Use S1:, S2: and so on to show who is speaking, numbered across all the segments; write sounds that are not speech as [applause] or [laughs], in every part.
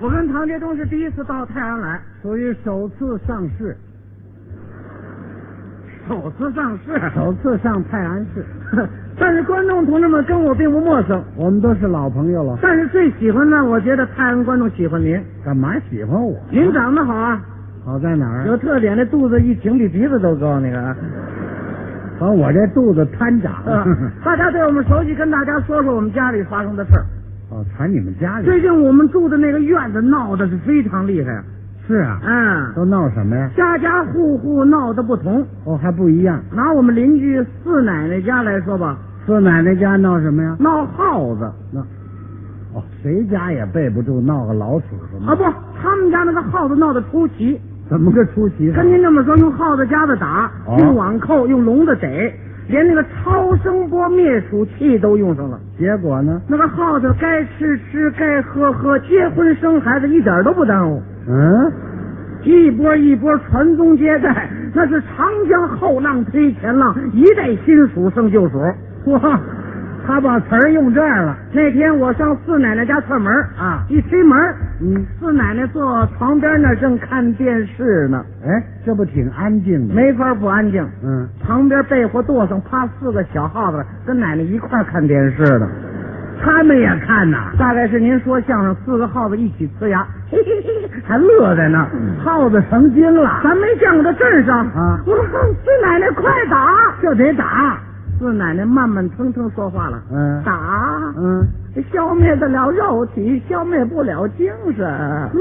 S1: 我跟唐杰忠是第一次到太原来，
S2: 属于首次上市，
S1: 首次上市。
S2: 首次上泰安市。 [laughs]
S1: 但是观众同志们跟我并不陌生，
S2: 我们都是老朋友了，
S1: 但是最喜欢呢，我觉得泰安观众喜欢您，
S2: 干嘛喜欢我？
S1: 您长得好啊，
S2: 好在哪儿？哎
S1: 有特点，那肚子一挺比鼻子都高，
S2: [laughs]
S1: 那个啊。
S2: 把我这肚子摊长。
S1: 呃大家对我们熟悉，跟大家说说我们家里发生的事儿。
S2: [laughs] 哦，传你们家里。
S1: 最近我们住的那个院子闹的是非常厉害啊，
S2: 是啊，
S1: 嗯，
S2: 都闹什么呀？
S1: 家家户户闹的不同。
S2: 哦，还不一样。
S1: 拿我们邻居四奶奶家来说吧，
S2: 四奶奶家闹什么呀？
S1: 闹耗子
S2: 闹。哦，谁家也备不住闹个老鼠什么
S1: 啊，
S2: 的。
S1: 不，他们家那个耗子闹得出奇。
S2: 怎么个出奇法？
S1: 跟您这么说，用耗子夹子打，
S2: 哦
S1: 用网扣，用笼子逮，连那个超声波灭鼠器都用上了。
S2: 结果呢？
S1: 那个耗子该吃吃，该喝喝，结婚生孩子一点都不耽误，
S2: 嗯，
S1: 一波一波传宗接代，那是长江后浪推前浪，一代新鼠生旧鼠。
S2: 哇，他把词儿用这儿了。
S1: 那天我上四奶奶家串门
S2: 啊
S1: 一推门，
S2: 嗯，
S1: 四奶奶坐床边那儿正看电视呢，
S2: 哎，这不挺安静的？，
S1: 没法不安静。
S2: 嗯，
S1: 旁边被窝垛上趴四个小耗子，跟奶奶一块儿看电视呢。
S2: 他们也看呐。
S1: 大概是您说相声，四个耗子一起呲 [laughs] 牙，嘿嘿嘿嘿，还乐在那儿。
S2: 耗子成精了，
S1: 嗯咱没见过这阵上
S2: 啊
S1: 我说四奶奶快打！
S2: 就得打。
S1: 四奶奶慢慢腾腾说话了，
S2: 嗯
S1: 打，
S2: 嗯，
S1: 消灭得了肉体，消灭不了精神。
S2: 呵，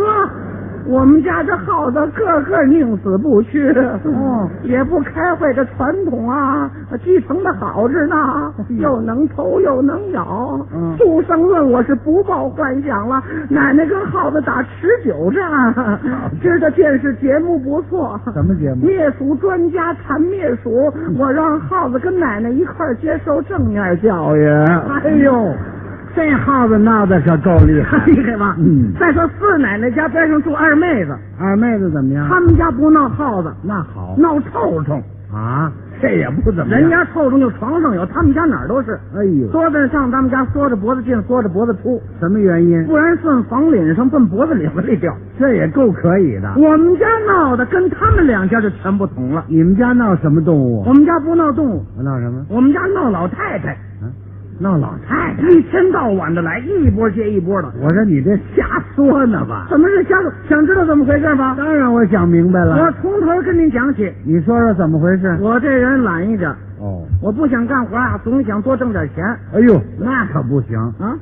S1: 我们家这耗子个个宁死不屈，
S2: 哦，
S1: 也不开会，这传统啊，继承的好着呢，又能偷又能咬。
S2: 嗯
S1: 畜生论我是不抱幻想了，奶奶跟耗子打持久战，知道电视节目不错。
S2: 什嗯么节目？
S1: 灭鼠专家谈灭鼠，我让耗子跟奶奶一块儿接受正面教育。。
S2: 哎呦，这耗子闹的可够 [laughs] 厉
S1: [laughs]
S2: 害
S1: 厉害吧？
S2: 嗯
S1: 再说四奶奶家边上住二妹子，
S2: 二妹子怎么样？
S1: 他们家不闹耗子，
S2: 那好
S1: 闹臭虫。
S2: 啊，这也不怎么样。
S1: 人家臭虫就床上有，他们家哪儿都是。
S2: 哎呦，
S1: 桌子上他们家缩着脖子进，缩着脖子出，
S2: 什么原因？
S1: 不然顺房领上奔脖子里子里掉。
S2: 这也够可以的。
S1: 我们家闹的跟他们两家就全不同了。
S2: 你们家闹什么动物
S1: 我？们家不闹动物，
S2: 闹什么？
S1: 我们家闹老太太，
S2: 啊，闹老太
S1: 太一天到晚的来，一波接一波的。
S2: 我说你这瞎说呢吧？
S1: 怎么是瞎说？想知道怎么回事吗？
S2: 当然我想明白
S1: 我
S2: 了。
S1: 从头跟您讲起。
S2: 你说说怎么回事？
S1: 我这人懒一点，
S2: 哦，
S1: 我不想干活啊，总想多挣点钱
S2: 哎呦，那可不行，
S1: 啊。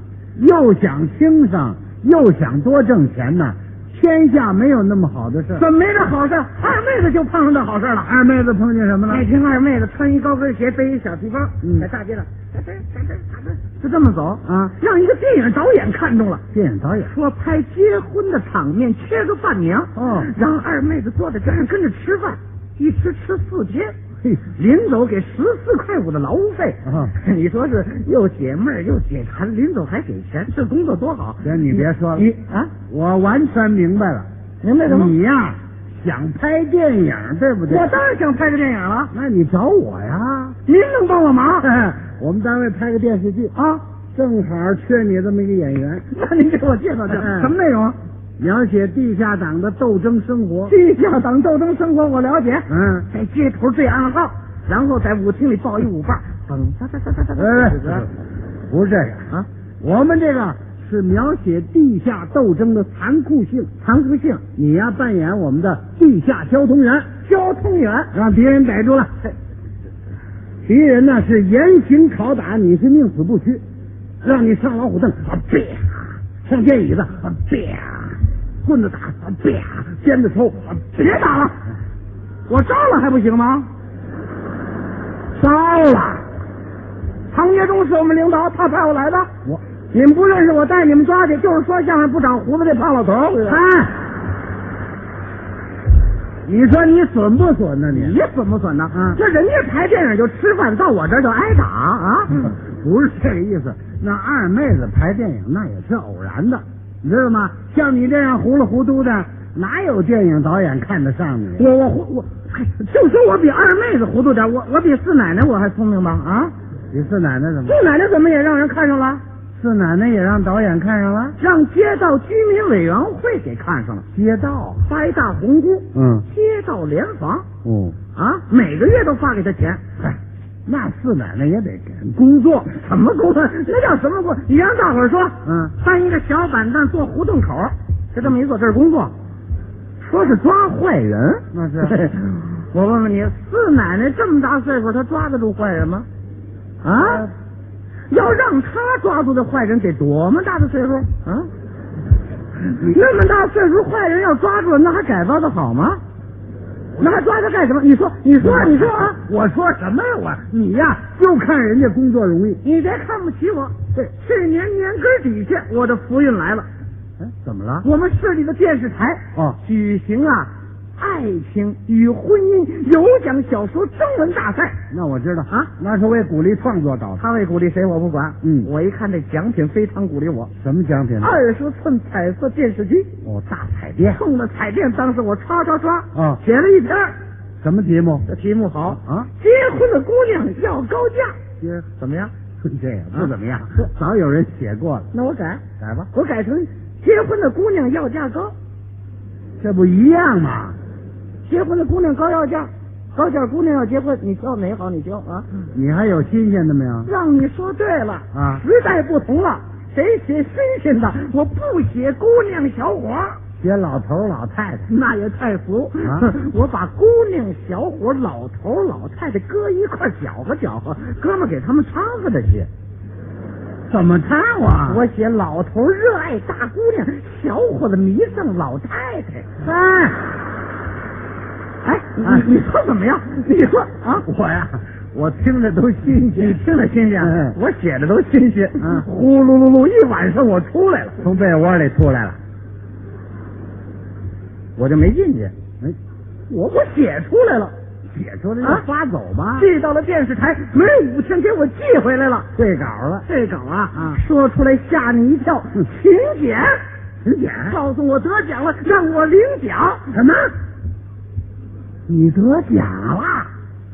S2: 又想轻省，又想多挣钱呢，天下没有那么好的事儿。
S1: 怎么没这好事？二妹子就碰上这好事了。
S2: 二妹子碰见什么
S1: 那
S2: 了？
S1: 天二妹子穿一高跟鞋，背一小皮包，
S2: 嗯
S1: 在大街上，哒嘚哒嘚哒嘚就这么走，嗯
S2: 啊，
S1: 让一个电影导演看中了，
S2: 电影导演。
S1: 说拍结婚的场面缺个伴娘，
S2: 哦
S1: 让二妹子坐在边上跟着吃饭，一吃吃四天。
S2: 嘿，
S1: 临走给十四块五的劳务费， [laughs]
S2: 啊
S1: 你说是又解闷儿又解馋，临走还给钱，这工作多好！
S2: 行，你别说了，
S1: 你啊，
S2: 我完全明白了。
S1: 明白什么？
S2: 你呀，想拍电影对不对？
S1: 我当然想拍个电影了，嗯
S2: 那你找我呀。 [laughs]
S1: 您能帮我忙
S2: 我们单位拍个电视剧，
S1: 啊？
S2: 正好缺你这么一个演员。
S1: 那您给我介绍介
S2: [laughs]
S1: 绍
S2: 嗯
S1: 什么内容啊？
S2: 描写地下党的斗争生活。
S1: 地下党斗争生活我了解，
S2: 嗯，
S1: 在街头对暗号，然后在舞厅里报一舞伴，哎噔哒哒哒哒哒
S2: 呃
S1: 哒哒，
S2: 不是这个，
S1: 啊，
S2: 我们这个是描写地下斗争的残酷性。
S1: 唐书庆，
S2: 你呀，扮演我们的地下交通员，
S1: 交通员，
S2: 让敌啊人逮住了。敌人呢是严刑拷打，你是宁死不屈，让你上老虎凳，啊啪；上电椅子，啊啪；棍子打，啊啪；鞭子抽，啊
S1: 别打了，我招了还不行吗？
S2: 糟了！
S1: 唐杰忠是我们领导，他派我来的。
S2: 我
S1: 你们不认识我，带你们抓去，就是说相声不长胡子这胖老头儿。
S2: 哎，你说你损不损呢你？
S1: 你损不损呢？
S2: 嗯
S1: 这人家拍电影就吃饭，到我这儿就挨打啊！
S2: 嗯 [laughs] 不是这个意思，那二妹子拍电影那也是偶然的，你知道吗？像你这样糊里糊涂的，哪有电影导演看得上你？
S1: 我我我我，哎就说我比二妹子糊涂点儿，我我比四奶奶我还聪明吧？啊，
S2: 你四奶奶怎么？
S1: 四奶奶怎么也让人看上了？
S2: 四奶奶也让导演看上了，
S1: 让街道居民委员会给看上了，
S2: 街道，
S1: 发一大红姑，
S2: 嗯，
S1: 街道联防
S2: 哦，
S1: 啊，每个月都发给他钱。
S2: 嗨，那四奶奶也得给工作，
S1: 什么工作？那叫什么工？你让大伙儿说，
S2: 嗯，
S1: 搬一个小板凳坐胡同口儿，就这么一坐，这是工作。说是抓坏人，
S2: 那是
S1: 我问问你，四奶奶这么大岁数，她抓得住坏人吗？啊
S2: 啊，
S1: 要让她抓住这坏人，得多么大的岁数啊？那么大岁数，坏人要抓住了，那还改造的好吗？那还抓他干什么？你说，你说，你说啊！
S2: 我说什么呀？我你呀，就看人家工作容易。
S1: 你别看不起我，
S2: 对，
S1: 去年年根儿底下，我的福运来了。嗯
S2: 哎，怎么了？
S1: 我们市里的电视台
S2: 哦
S1: 举行啊爱情与婚姻有奖小说征文大赛，
S2: 那我知道
S1: 啊，
S2: 那是为鼓励创作搞的。
S1: 他为鼓励谁我不管，
S2: 嗯
S1: 我一看这奖品非常鼓励我，
S2: 什么奖品呢？
S1: 二十寸彩色电视机，
S2: 哦，大彩电。
S1: 送了彩电，当时我刷刷刷
S2: 啊
S1: 写了一篇儿，
S2: 什么节目？
S1: 这题目好
S2: 啊，
S1: 结婚的姑娘要高价，
S2: 今
S1: 怎么样？啊
S2: 这也不怎么样，早有人写过了，
S1: 那我改，
S2: 改吧，
S1: 我改成结婚的姑娘要价高，
S2: 这不一样吗？
S1: 结婚的姑娘高要价，高价姑娘要结婚，你挑哪个好你挑啊。
S2: 你还有新鲜的没有？
S1: 让你说对了
S2: 嗯啊
S1: 时代不同了，谁写新鲜的？我不写姑娘小伙儿，
S2: 写老头儿老太太，
S1: 那也太俗
S2: 啊
S1: [laughs] 我把姑娘小伙儿、老头儿老太太搁一块儿搅和搅和，哥们儿给他们掺和着写。
S2: 怎么插我？
S1: 我啊写老头儿热爱大姑娘，小伙子迷上老太太。
S2: 哎，
S1: 哎，你
S2: 啊
S1: 你说怎么样？你说啊？
S2: 我呀，我听着都新鲜。
S1: 你听着新鲜，
S2: 嗯
S1: 啊我写的都新鲜。
S2: 嗯
S1: 呼噜噜噜，一晚上我出来了，
S2: 从被窝里出来了，
S1: 我就没进去。
S2: 哎，
S1: 我我写出来了，
S2: 写出来
S1: 啊
S2: 就发走吧，
S1: 寄到了电视台，没五天给我寄回来了。
S2: 对稿了。
S1: 这梗啊，
S2: 啊
S1: 说出来吓你一跳。
S2: 嗯哎
S1: 请柬
S2: 请柬
S1: 告诉我得奖了，让我领奖。
S2: 什么？你得啊奖了？
S1: 啊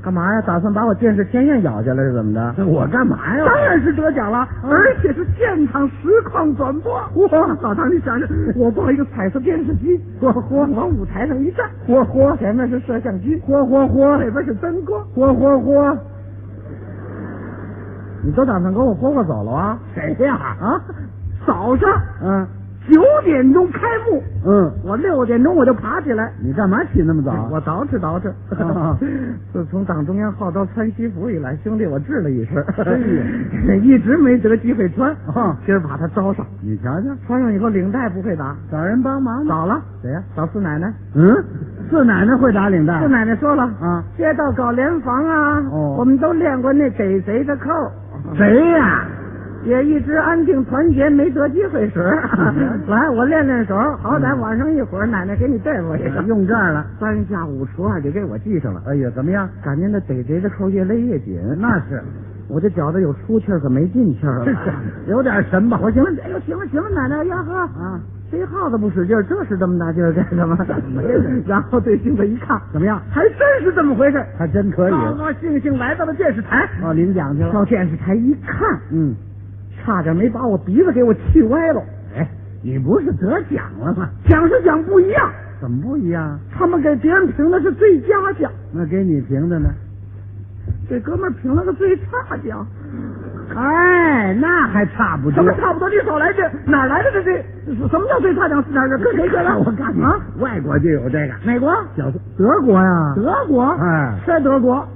S1: 干嘛呀？打算把我电视天线咬下来是怎么的？
S2: 我干嘛呀？
S1: 当然是得奖了，
S2: 嗯
S1: 而且是现场实况转播。哇，老唐，你想想，我抱一个彩色电视机，
S2: 嗯嚯嚯
S1: 往舞台上一站，
S2: 嚯嚯
S1: 前面是摄像机，
S2: 嚯嚯嚯
S1: 里边是灯光。
S2: 嚯嚯嚯！
S1: 你都打算给我霍霍走了啊？
S2: 谁呀？
S1: 啊，早上
S2: 嗯
S1: 九点钟开幕，
S2: 嗯，
S1: 我六点钟我就爬起 [laughs] 来，
S2: 你干嘛起那么早？
S1: 我捯饬捯
S2: 啊
S1: 饬。 [laughs] 自从党中央号召穿西服以来，兄弟我治了一身 [laughs]
S2: 哎，
S1: 一直没得机会穿
S2: 啊，
S1: 今儿把它招上。
S2: 你瞧瞧，
S1: 穿上以后领带不会打，
S2: 找人帮忙吧。
S1: 早了
S2: 谁呀？
S1: 啊找四奶奶。
S2: 嗯，四奶奶会打领带
S1: 四。奶奶说了
S2: 啊，
S1: 街道搞联防啊，
S2: 哦
S1: 我们都练过那逮贼的扣儿，
S2: 谁呀？
S1: 也一直安定团结，没得机会使。
S2: 嗯
S1: [laughs] 来，我练练手，好歹晚上一会儿奶奶给你对付一个。
S2: 用这儿了。
S1: 哎三下五除二就给我系上了，
S2: 哎呀，怎么样？
S1: 感觉那逮贼的扣越勒越紧，
S2: 那是，啊
S1: 我这觉得有出气儿可没进气儿了。 [laughs]
S2: 有点神吧？
S1: 我行了，哎呦，行了行了，奶奶呀呵，
S2: 啊，
S1: 这耗子不使劲儿，这是这么大劲儿干什么？ [laughs] 然后对镜子一看，
S2: 怎么样？
S1: 还真是这么回事儿。
S2: 还真可以。
S1: 高高兴兴来到了电视台，
S2: 哦，领奖去
S1: 到
S2: 了。
S1: 电视台一看，
S2: 嗯，
S1: 差点没把我鼻子给我气歪了。
S2: 哎，你不是得奖了吗？
S1: 奖是奖不一样，
S2: 怎么不一样？啊
S1: 他们给别人评的是最佳奖，
S2: 那给你评的呢？
S1: 这哥们儿评了个最差奖，
S2: 哎，那还差不
S1: 什么差不多？你少来这哪儿来的这这什么叫最差奖？哪儿跟谁跟了？
S2: [laughs] 我干嘛？外国就有这个，
S1: 美国、
S2: 小啊德国呀，
S1: 德国，
S2: 啊哎
S1: 缺德国，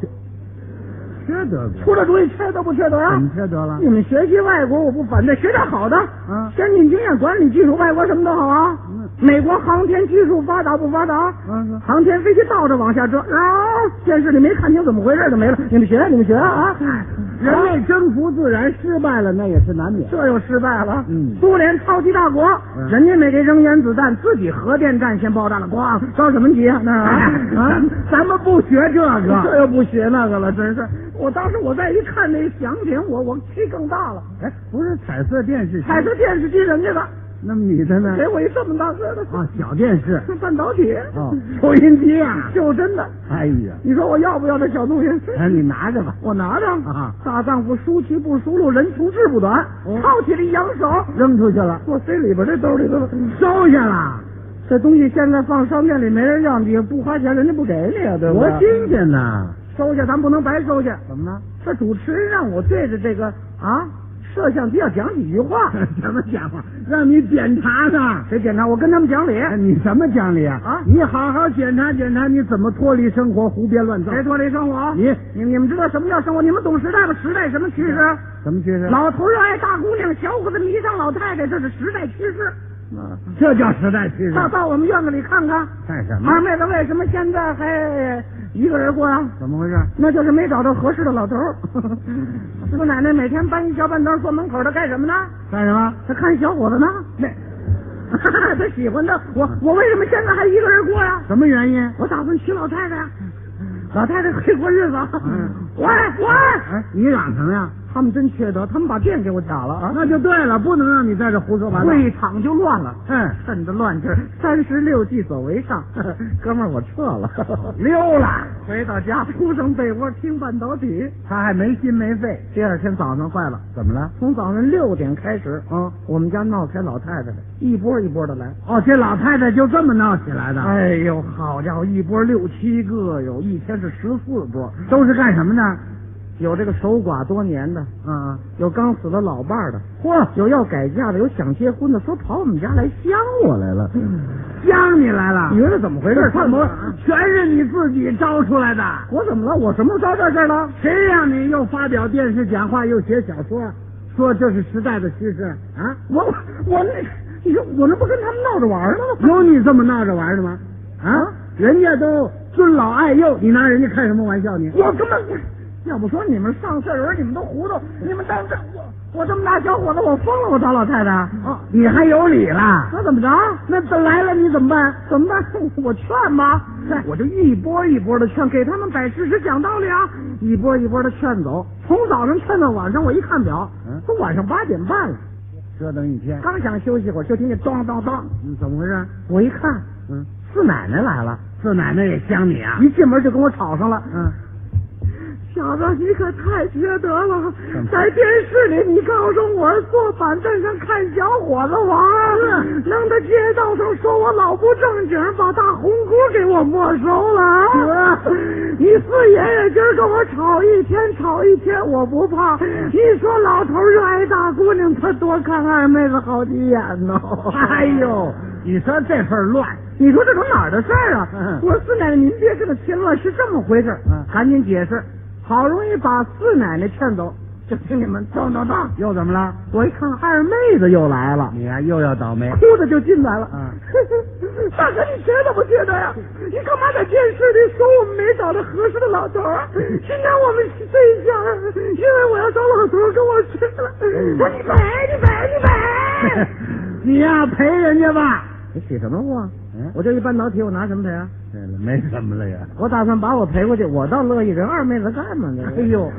S2: 缺德国，
S1: 出了主意缺德不缺德啊
S2: 怎？么缺德了
S1: 你？们学习外国我不反对，学点好的，
S2: 嗯
S1: 先进经验、管理技术，外国什么都好啊。
S2: 嗯
S1: 美国航天技术发达不发达？
S2: 嗯是
S1: 航天飞机倒着往下折，啊，电视里没看清怎么回事就没了。你们学，你们学啊！
S2: 人类征服自然失败了，那也是难免。
S1: 这又失败了。
S2: 嗯
S1: 苏联超级大国，
S2: 嗯
S1: 人家没给扔原子弹，自己核电站先爆炸了，咣，着什么急啊？那儿 [laughs] 啊
S2: 哎
S1: 啊，
S2: 咱们不学这
S1: 这又不学那个了，真是！我当时我再一看那奖品，我我气更大了。
S2: 哎，不是彩色电视，
S1: 嗯彩色电视机人家的，
S2: 那么你的呢？
S1: 给我一这么大个的
S2: 啊，小电视
S1: 半导体， [laughs]
S2: 哦，收音机啊！
S1: 就真的。
S2: 哎呀，
S1: 你说我要不要这小东西？
S2: 哎，你拿着吧。
S1: 我拿着
S2: 啊
S1: 大丈夫梳其不梳路，人从志不短
S2: 哦。
S1: 抄起来一扬手，
S2: 扔出去了，
S1: 我塞里边这兜里头了。
S2: 收下了，
S1: 这东西现在放商店里没人要，你也不花钱，人家不给你啊，对不
S2: 多
S1: 对？
S2: 新鲜呐！
S1: 收下，咱不能白收下。
S2: 怎么了？
S1: 这主持人让我对着这个啊摄像机要讲几句话，
S2: [laughs] [laughs] 什么讲话？让你检查呢？
S1: 谁检查？我跟他们讲理。
S2: 哎你什么讲理啊？
S1: 啊
S2: 你好好检查检查，你怎么脱离生活，胡编乱造？
S1: 谁脱离生活？
S2: 你
S1: 你你们知道什么叫生活？你们懂时代吗？时代什么趋势？
S2: 什么趋势？
S1: 老头热爱大姑娘，小伙子迷上老太太，这是时代趋势。
S2: 啊这叫时代趋势。
S1: 到到我们院子里看看，
S2: 干什么？
S1: 二妹子为什么现在还一个人过呀、[laughs]
S2: 怎么回事？
S1: 那就是没找到合适的老头儿。 [laughs] 四姑奶奶每天搬一小板凳坐门口，她干什么呢？
S2: 干什么？
S1: 她看小伙子呢。
S2: 那
S1: [laughs] 她喜欢他，我我为什么现在还一个人过呀、
S2: 什么原因？
S1: 我打算娶老太太呀，老太太会过日子啊
S2: 嗯。
S1: 喂喂，
S2: 哎，你嚷什么呀？
S1: 他们真缺德，他们把电给我打了啊，
S2: 那就对了，不能让你在这胡说八道。
S1: 会场就乱 [laughs] 了。
S2: 嗯，
S1: 趁着乱劲儿，三十六计走为 [laughs] 上。哥们儿，我撤
S2: [laughs]
S1: 了，
S2: 溜了，
S1: 回到家铺上被窝听半导体。
S2: 他还没心没肺。
S1: 第二天早上坏了，
S2: 怎么了？
S1: 从早上六点开始，啊
S2: 哦
S1: 我们家闹开老太太来，一波一波的来。
S2: 哦，这老太太就这么闹起来的？
S1: 哎呦，好家伙，一波六七个哟，一天是十四波，
S2: 都是干什么的？
S1: 有这个守寡多年的，
S2: 啊，
S1: 有刚死了老伴儿的，
S2: 嚯，
S1: 有要改嫁的，有想结婚的，说跑我们家来相我来了。
S2: 香你来了
S1: 你！说这怎么回事？
S2: 怎么全是你自己招出来的？
S1: 啊我怎么了？我什么时候招这事儿了？
S2: 谁让你又发表电视讲话又写小说，说这是时代的趋势啊？
S1: 我我那，你说我那不跟他们闹着玩儿呢吗？
S2: 有你这么闹着玩的吗？啊，人家都尊老爱幼，你拿人家开什么玩笑你？
S1: 我根本，要不说你们上岁数儿，你们都糊涂，你们当这我我这么大小伙子，我疯了，我找老太太，
S2: 哦，你还有理啦？
S1: 那怎么着？
S2: 那这来了你怎么办？
S1: 怎么办？我劝吧， [laughs] 我就一波一波的劝，给他们摆事实讲道理啊，一波一波的劝走，从早上劝到晚上，我一看表
S2: 嗯，
S1: 都晚上八点半了，
S2: 折腾一天，
S1: 刚想休息会儿，就听见当当当，
S2: 嗯，怎么回事？
S1: 我一看
S2: 嗯，
S1: 四奶奶来了，
S2: 四奶奶也香你啊？
S1: 一进门就跟我吵上了。
S2: 嗯，
S1: 小子，你可太缺德了
S2: 怎么！
S1: 在电视里，你告诉我坐板凳上看小伙子玩儿，
S2: 嗯
S1: 弄到街道上说我老不正经，把大红箍给我没收了啊。
S2: 嗯
S1: [laughs] 你四爷爷今儿跟我吵一天，吵一天我不怕。
S2: 嗯
S1: 一说老头热爱大姑娘，他多看二妹子好几眼呢。
S2: 哎呦，你说这份乱，
S1: 你说这都哪儿的事儿啊？
S2: 嗯
S1: 我说四奶奶，您别跟他添乱，是这么回事儿。
S2: 嗯
S1: 赶紧解释。好容易把四奶奶劝走，就听你们当当当。
S2: 又怎么了？
S1: 我一看二妹子又来了，
S2: 你啊，又要倒霉。
S1: 哭着就进来了。
S2: 嗯
S1: [laughs] 大哥，你觉得不觉得呀？你干嘛在电视里说我们没找到合适的老头儿？今天我们对象，啊因为我要找老头儿跟我吃了。我说你赔，你赔，你赔！
S2: 嗯 [laughs] 你呀、陪人家吧。
S1: 你起什么哄啊？
S2: 嗯
S1: 我这一半导体，我拿什么赔啊？
S2: 对了，没什么了呀。
S1: 我打算把我赔过去，我倒乐意。人二妹子干嘛呢？
S2: 哎
S1: [laughs]
S2: 呦，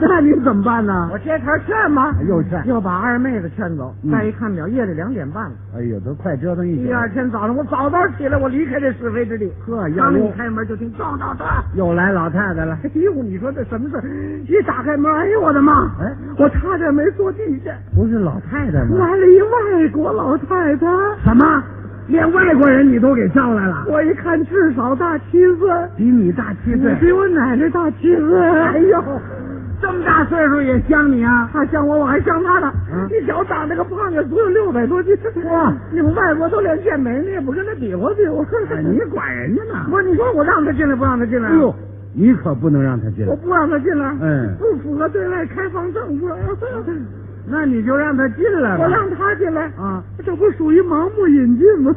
S2: 那你怎么办呢？
S1: 我接茬哎劝吧，
S2: 又劝
S1: 又把二妹子劝走。
S2: 嗯
S1: 再一看表，夜里两点半了。
S2: 哎呦，都快折腾一宿
S1: 第二天早上，我早早起来，我离开这是非之地。
S2: 呵，要
S1: 刚一
S2: 不
S1: 开门就听撞撞撞。
S2: 又来老太太了。
S1: 哎呦，你说这什么事儿？一打开门，哎呦我的妈！
S2: 哎
S1: 我差点没坐地下。
S2: 不是老太太吗？
S1: 来了一外国老太太，
S2: 什么？连外国人你都给叫来了？
S1: 我一看至少大七岁，
S2: 比你大七岁
S1: 你。比我奶奶大七岁。
S2: 哎呦，这么大岁数也香你啊？
S1: 他像我，我还像他呢。
S2: 嗯
S1: 一脚打那个胖子，足有六百多斤。
S2: 哇！
S1: [laughs] 你们外国都练健美，你也不跟他比划比划。
S2: 哎你管人家呢？
S1: [laughs] 不是你说我让他进来不让他进来？啊
S2: 哎呦，，你可不能让他进
S1: 我
S2: 来。
S1: 不让他进来，啊
S2: 嗯
S1: 不符合对外开放政策。
S2: 那你就让他进来吧。
S1: 我让他进来，
S2: 啊，哎
S1: 这不属于盲目引进
S2: [laughs]
S1: 吗？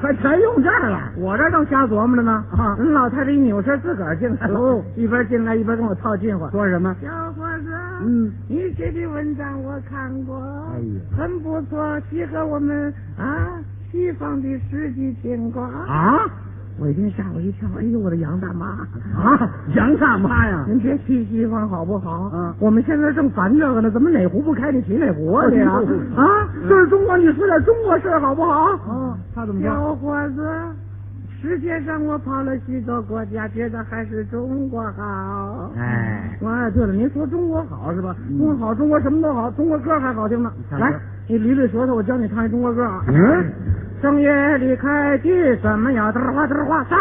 S2: 还全用这儿了。
S1: 我这正瞎琢磨着呢，
S2: 啊
S1: 人老太太一扭身自个儿进来了，
S2: 哦
S1: 一边进来一边跟我套近乎。
S2: 说什么？
S1: 小伙子，
S2: 嗯，
S1: 你写的文章我看过，
S2: 哎呀
S1: 很不
S2: 嗯
S1: 错，契合我们啊西方的实际情况。
S2: 啊？
S1: 我一听吓我一跳，哎呦我的杨大妈！
S2: 啊，杨大妈呀！
S1: 您别西西方好不好？
S2: 嗯
S1: 我们现在正烦这个呢，怎么哪壶不开提哪壶啊？
S2: 哎
S1: 这
S2: 呦
S1: 啊啊，这是中国，你说点中国事儿好不好？
S2: 啊，他怎么着？
S1: 小伙子，世界上我跑了许多国家，觉得还是中国好。
S2: 哎，
S1: 哎，对了，您说中国好是吧？
S2: 嗯
S1: 中国好，中国什么都好，中国歌还好听呢。
S2: 唱歌
S1: 来，你捋捋舌头，我教你唱一中国歌啊。
S2: 嗯，
S1: 正月里开季，怎么呀？嘚儿哗嘚儿哗撒。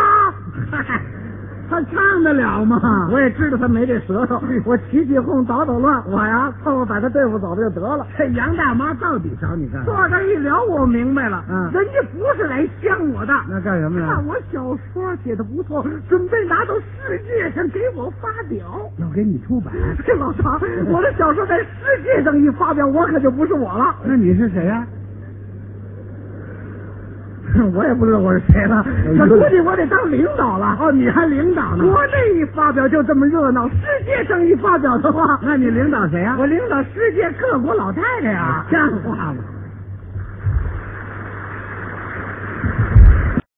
S2: 嗨， [laughs] 他唱得了吗？嗯
S1: 我也知道他没这舌头，我起起哄，捣捣乱，我呀凑合把他对付走了就得了。
S2: 这杨大妈到底找你干什么？
S1: 坐这儿一聊，我明白了，
S2: 嗯
S1: 人家不是来香我的，
S2: 那干什么呀
S1: 看？我小说写的不错，准备拿到世界上给我发表。
S2: [laughs] 要给你出版？
S1: 这老常，我的小说在世界上一发表，我可就不是我了。
S2: 那你是谁啊呀？
S1: [laughs] 我也不知道我是谁了，
S2: 呦
S1: 我估计我得当领导了。
S2: 哎哦，你还领导呢？
S1: 国内一发表就这么热闹，世界上一发表的话，
S2: 那你领导谁呀？啊哦
S1: 我领导世界各国老太太呀、
S2: 像话吗？